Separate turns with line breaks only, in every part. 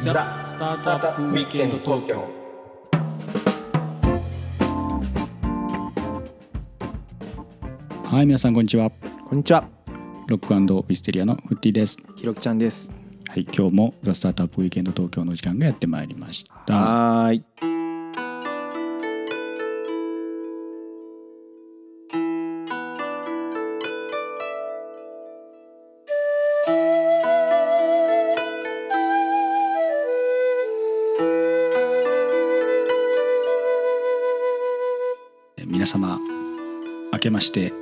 ザ・スタートアップウィークエンド東京
はい、皆さんこんにちは。
こんにちは、
ロックウィステリアのフッティです。
ひろきちゃんです。
はい、今日もザスタートアップウィーケンド東京の時間がやってまいりました。
はーい。
え皆様明けまして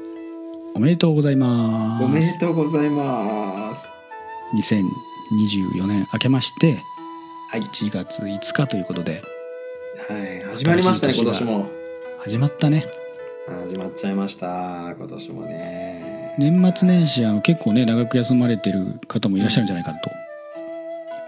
おめでとうございます。
おめでとうございます。
2024年明けまして
はい
1月5日ということで
はい、始まりましたね、
新
今
しい
年
年が
も。
始まったね。
始まっちゃいました、今年もね。
年末年始あの結構ね長く休まれてる方もいらっしゃるんじゃないかなと。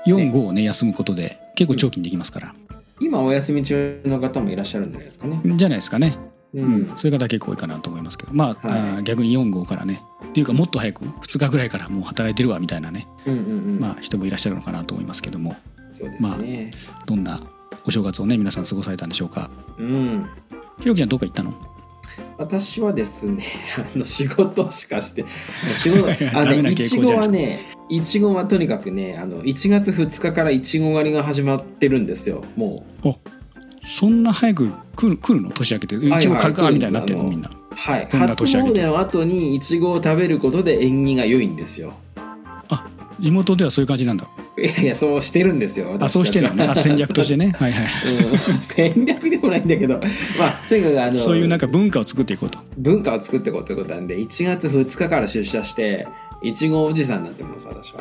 4、5をね休むことで結構長期にできますから、
今お休み中の方もいらっしゃるんじゃないですかね。
じゃないですかね。
う
うんん、。そういう方結構多いかなと思いますけどま
は
あ,、
い
あー逆に4号からねっていうかもっと早く2日ぐらいからもう働いてるわみたいなね、
うんうんうん。
まあ、人もいらっしゃるのかなと思いますけども
そうですね。
どんなお正月をね皆さん過ごされたんでしょうか
うん。
ひろきちゃんどっか行ったの、
私はですね、 あの仕事しかして、仕事
ダ
あ
メ
の、
な傾向
い
じ
ち
ゃな
ご
いです
は
か
ね、いちごはとにかくね、あの、1月2日からいちご狩りが始まってるんですよ、もう。
そんな早く来る来るの年明けてう
はい
ちも軽
来
く
るん
み
です
たいになってるのみんな
はい。
どんな
初
年明けて
詣の後にいちごを食べることで縁起が良いんですよ。
地元ではそういう感じなんだ
いやいや、そうしてるんですよ。
あそうしてるのね あ戦略として
ね。
ねはいはい
うん、 戦略でもないんだけど、まあ、とにかくあの
そういうなんか文化を作っていこうと
文化を作っていこうということなんで、1月2日から出社して、いちごおじさんになってます、私は。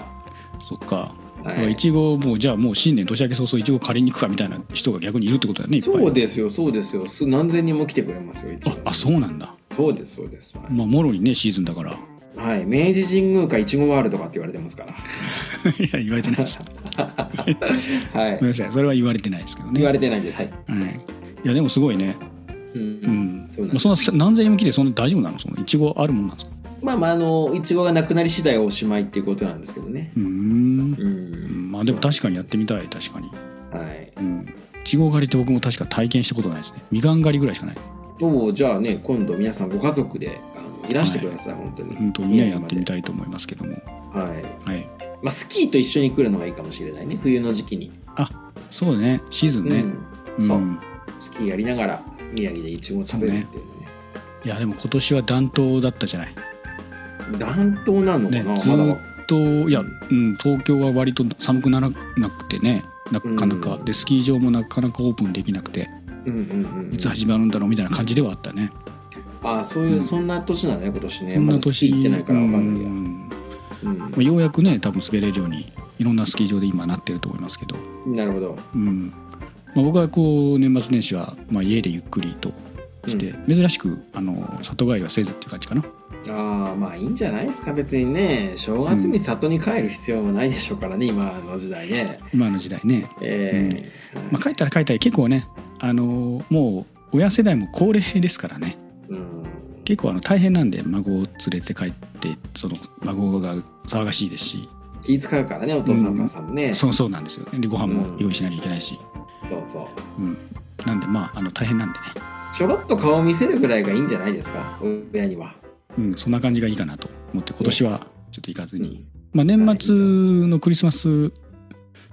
そっかだ
は
からいちごをもうじゃあもう新年年明け早々いちご借りに行くかみたいな人が逆にいるってことだよねいっぱい
そうですよ、そうですよ。す何千人も来てくれますよ、いち
あ
ご。
あそうなんだ
そうです、そうです。はい
まあもろにねシーズンだから
はい。明治神宮かいちごワールドかって言われてますから。
いや言われてない です。
はい
ごめん。なさい、それは言われてないですけどね。
言われてないんで、はい。
はい。いやでもすごいね。
う、
うんん。
そうなん
ま
で
あ
す
そんな何千人も来てそんな大丈夫なの？そのいちごあるもんなんですか？
まあまあ、あの、いちごがなくなり次第おしまいっていうことなんですけどね。
うーん。
う
うん
ん。
まあでも確かにやってみたい確かに。
はい。
うん。いちご狩りって僕も確か体験したことないですね。みかん狩りぐらいしかない。
おうじゃあね今度皆さんご家族であのいらしてください、本当に
本当にね
宮
や
城
っ
ま
て
で
みたいと思いますけども。
はい、
はい。
まあ、スキーと一緒に来るのがいいかもしれないね冬の時期に、
そうだね。シーズンね。
うん、そう、
ん
スキーやりながら宮城でいちご食べるっていうね
いやでも今年は暖冬だったじゃない。
暖冬なのかな、
ねず
まだ
ー
わ
っといや、うん、東京は割と寒くならなくてねなかなか、
うん
でスキー場もなかなかオープンできなくて
うんうんうん
いつ始まるんだろうみたいな感じではあったね。
ああそういう、
うん
そんな年なんだね今年ね
そん
ま
な
だスキ
年
ー行ってないからわかん
う
ないや、
ん
うん
まあようやくね多分滑れるようにいろんなスキー場で今なってると思いますけど、
なるほど
うんまあ、僕はこう年末年始は、まあ、家でゆっくりとして、珍しくあの里帰りはせずっていう感じかな。
ああまあいいんじゃないですか別にね正月に里に帰る必要もないでしょうからね、今の時代ね
今の時代ね、
ええ
まあ、帰ったら帰ったり結構ねあのもう親世代も高齢ですからね
うん
結構あの大変なんで孫を連れて帰ってその孫が騒がしいですし
気使うからねお父さんお母さんもね、そ
そうそうなんですよでご飯も用意しなきゃいけないし、
うそう
うん、なんでまああの大変なんでね、
ちょろっと顔見せるぐらいがいいんじゃないですか親には、
うん、そんな感じがいいかなと思って今年はちょっと行かずに、
う
まあ、年末のクリスマス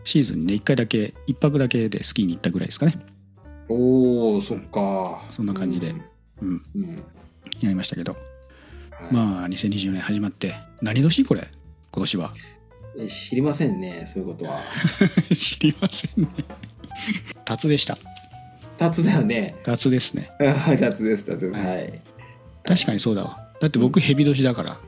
シーズンにね1回だけ1泊だけでスキーに行ったぐらいですかね
んおーそっか
そんな感じでうん、
うんうん
やりましたけど
はい
まあ2024年始まって何年これ今年は
え知りませんねそういうことは
知りませんね達でした
雑だよね
達ですね
雑です雑です
は
はいい、
確かにそうだわだって僕蛇年だから、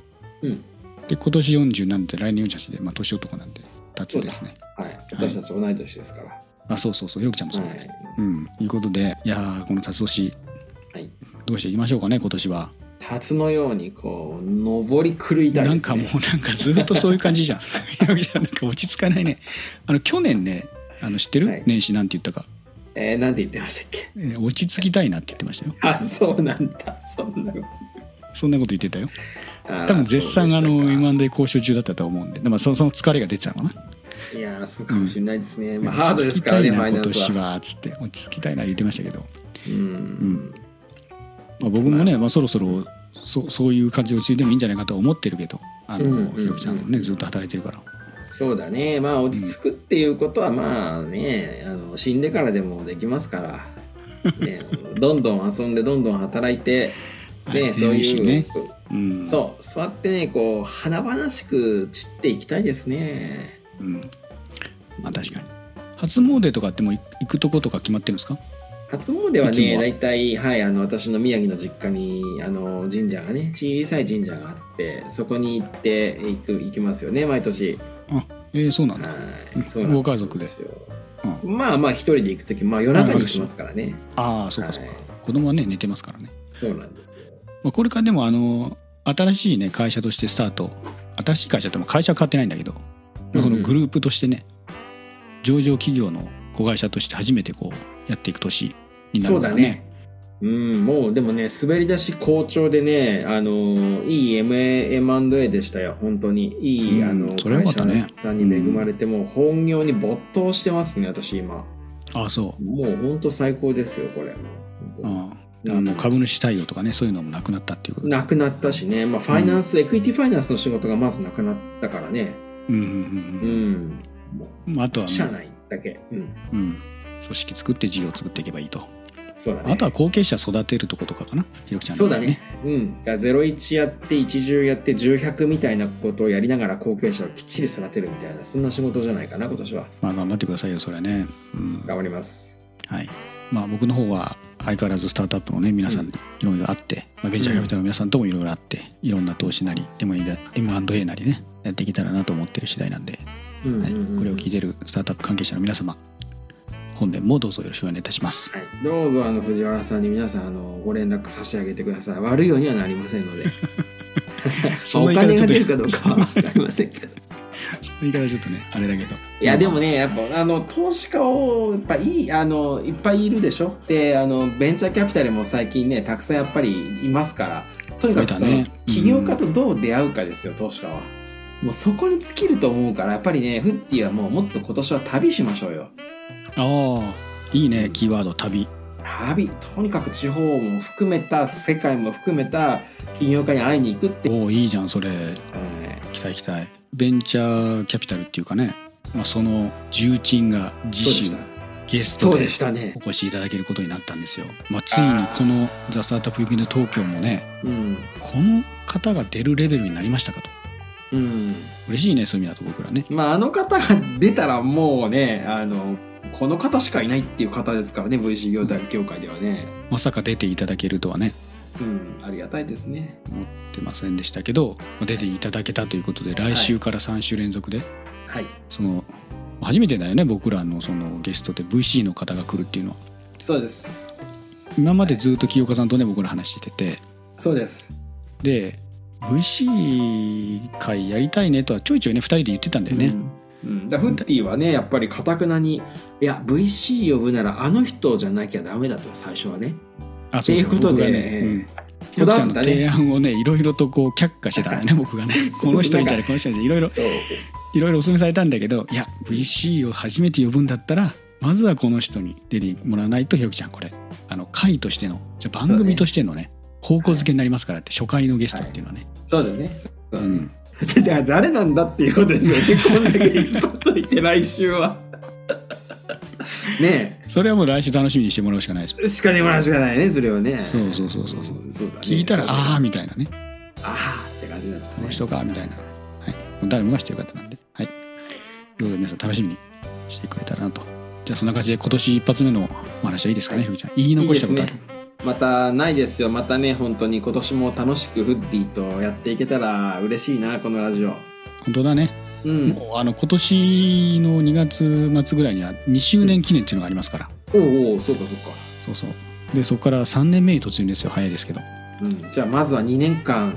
うん
で今年40なんで来年48で、まあ、年男なんで達ですね
はい、私たち同い年ですから、は
あそうそうそうひろきちゃんもそうだ
い
ね、うんいうことでいやーこの達年、
はい
どうしていきましょうかね今年は、
辰のようにこう上り狂いたい
な
で
ん
す
か
ね
もうなんかずっとそういう感 じじゃんひろきちゃんなんか落ち着かないねあの去年ねあの知ってる、
はい
年始なんて言ったか、
えー、なんて言ってましたっけ
えー落ち着きたいなって言ってましたよ
あそうなんだそんなこと
そんなこと言ってたよ
あー
多分絶賛
そ
あ
うで
の
したか
M&A 交渉中だったと思うんででもそのその疲れが出てたのかな
いやー、そうかもしれないですね。まあ、ハー
落
ド
ち
です
着き
から
た
ね、
い
ファ
な
イナ
今
ンス
年
は。
はつって落ち着きたいな言ってましたけど、
うん
んまあ、僕もね、まあ、そろそろそそういう感じで落ち着いてもいいんじゃないかとは思ってるけどあの、
うんうんうん
ひろきちゃんもねずっと働いてるから
そうだね。まあ、落ち着くっていうことは、まあね、あの死んでからでもできますから、ね、 どんどん遊んで、どんどん働いて、
は
ね、
い
そう
いし
いう、
ね、うん、
そう、座ってね、こう、華々しく散っていきたいですね。
うん、まあ確かに初詣とかってもう行くとことか決まってるんですか
初詣はい
つも
ね、
は
大体、はい、あの、私の宮城の実家に、あの、神社がね、小さい神社があって、そこに行って、行く、行きますよね、毎年。
えー、そうなんだ
はい、そう
ご家族で
よ。まあまあ、一人で行くとき、まあ、夜中に行きますからね。
ああそうかそうか、
はい
子供はね寝てますからね、
そうなんですよ。
まあ、これからでもあの新しいね会社としてスタート新しい会社っても会社は変わってないんだけど、まあ、そのグループとしてね上場企業の子会社として初めてこうやっていく年になるからね
うん、もうでもね、滑り出し好調でね、あのーいい MA M&A でしたよ、本当に。いい、
うん
あの
それはよ
会
かった
社
ね
さんに恵まれて、もう本業に没頭してますね、私今。
ああそ
もう本当最高ですよ、これ。本
う、
当
う
に
ん、だからもう株主対応とかねそういうのもなくなったっていうことで
なくなったしね、まあ、ファイナンス、エクイティファイナンスの仕事がまずなくなったからね。
うんうん
う
うん
ん。も
うんまああとは
う、
も
社内だけ。うん。
う、うん、組織作って事業を作っていけばいいと
そうだね。
あとは後継者育てるとことかかなひろきちゃん
そう
の場
だ
合
ね。うん。だから01やって、10やって、1100みたいなことをやりながら後継者をきっちり育てるみたいな、そんな仕事じゃないかな、今年は。
まあ頑張ってくださいよそれはね、うん、
頑張ります。
はいまあ、僕の方は相変わらずスタートアップのね皆さん
う
いろいろあって、まあ、ベンチャーキャピタルの皆さんともいろいろあっていろんな投資なり M&A だ M&A なりねやっていけたらなと思ってる次第なんで、
うん
はい、これを聞い
て。
てるスタートアップ関係者の皆様本年もどうぞよろしくお願いいたします
はい、どうぞあの藤原さんに皆さんあのご連絡差し上げてください悪いようにはなりませんので
そ
お
の言い
金が
方ちょっと
出るかどうかは分かりませんけど
その言い方ちょっとねあれだけど
いやでもねやっぱあの投資家をやっぱいいあのいっぱいいるでしょであのベンチャーキャピタルも最近ねたくさんやっぱりいますからとにかくその、
増えたね
起業家とどう出会うかですよ投資家はもうそこに尽きると思うからやっぱりねフッティはもうもっと今年は旅しましょうよ
ああいいねキーワード旅
旅とにかく地方も含めた世界も含めた起業家に会いに行くって、
おおいいじゃんそれ
はい
期待期待ベンチャーキャピタルっていうかね、まあ、その重鎮が次
そうでし
週
た
ゲス
そ
ト
うで
で
したね
お、越しいただけることになったんですよ、まあ、ついにこの「ザ・スタートアップ・ウィークエンド東京」もね
うん
この方が出るレベルになりましたかと
うん、
嬉しいねそういう意味だと僕らね
まああの方が出たらもうねあのこの方しかいないっていう方ですからね VC 業態業界ではね
まさか出ていただけるとはね
うんありがたいですね
思ってませんでしたけどまあ出ていただけたということで来週から3週連続で、
はい
その初めてだよね僕らのそのゲストで VC の方が来るっていうのは
そうです
今までずっと清岡さんとね僕ら話してて
そうです
で VC 会やりたいねとはちょいちょいね2人で言ってたんだよね、
うん、うん、だからフッティはねやっぱりかたくなにいや VC 呼ぶならあの人じゃなきゃダメだと最初はね
あ
ということで
僕がねうん
こだわって
の
たね
提案をねいろいろとこう却下してたんだよ ね僕がね
そ
こ
う
の人
なん
み
か
たいなこの人みたいないろいろ
そう
いろいろお勧めされたんだけどいや VC を初めて呼ぶんだったらまずはこの人に出てもらわないとひろきちゃんこれあの会としてのじゃあ番
そう
組
ね
としてのね方向づけになりますからって初回のゲストっていうのはね、
そうだよねそううね
ん、
だから誰なんだっていうこと ですよね。こんだけ引っ張っといて来週は。ね
それはもう来週楽しみにしてもらうしかないですよ
え、しかねもらうしかないね、それをね。
そうそうそうそうそう
そうだね
聞いたら
そうそう
ああみたいなね
あーって感じになっちゃう、ね。
この人かみたいな、はい、もう誰もが知ってる方なんで、はい、ということで皆さん楽しみにしてくれたらなとじゃあそんな感じで今年一発目のお話はいいですか
はい
ね、ひろきちゃん言い残したことある
いいまたないですよ。またね、本当に今年も楽しくフッディとやっていけたら嬉しいな、このラジオ。
本当だね、
うん。
もうあの今年の2月末ぐらいには2周年記念っていうのがありますから、
おうおう、そうかそうか。
そうそうでそこから3年目に突入ですよ早いですけど
うん、じゃあまずは2年間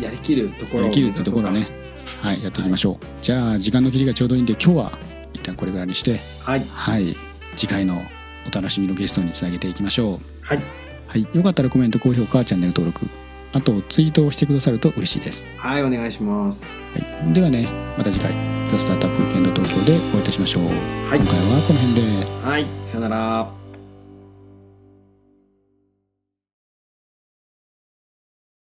やりきるところを
で
目
きるっ
指
て
そう
と
か
ころねはいやっていきましょう、じゃあ時間の切りがちょうどいいんで今日は一旦これぐらいにして
はい
はい次回のお楽しみのゲストにつなげていきましょう
はい
はい、よかったらコメント、高評価、チャンネル登録、あとツイートをしてくださると嬉しいです、
はい、お願いします。
はい、ではねまた次回「ザ・スタートアップ・ウィーケンド東京」でお会いいたしましょう
はい
今、回はこの辺で。
はい、さよなら。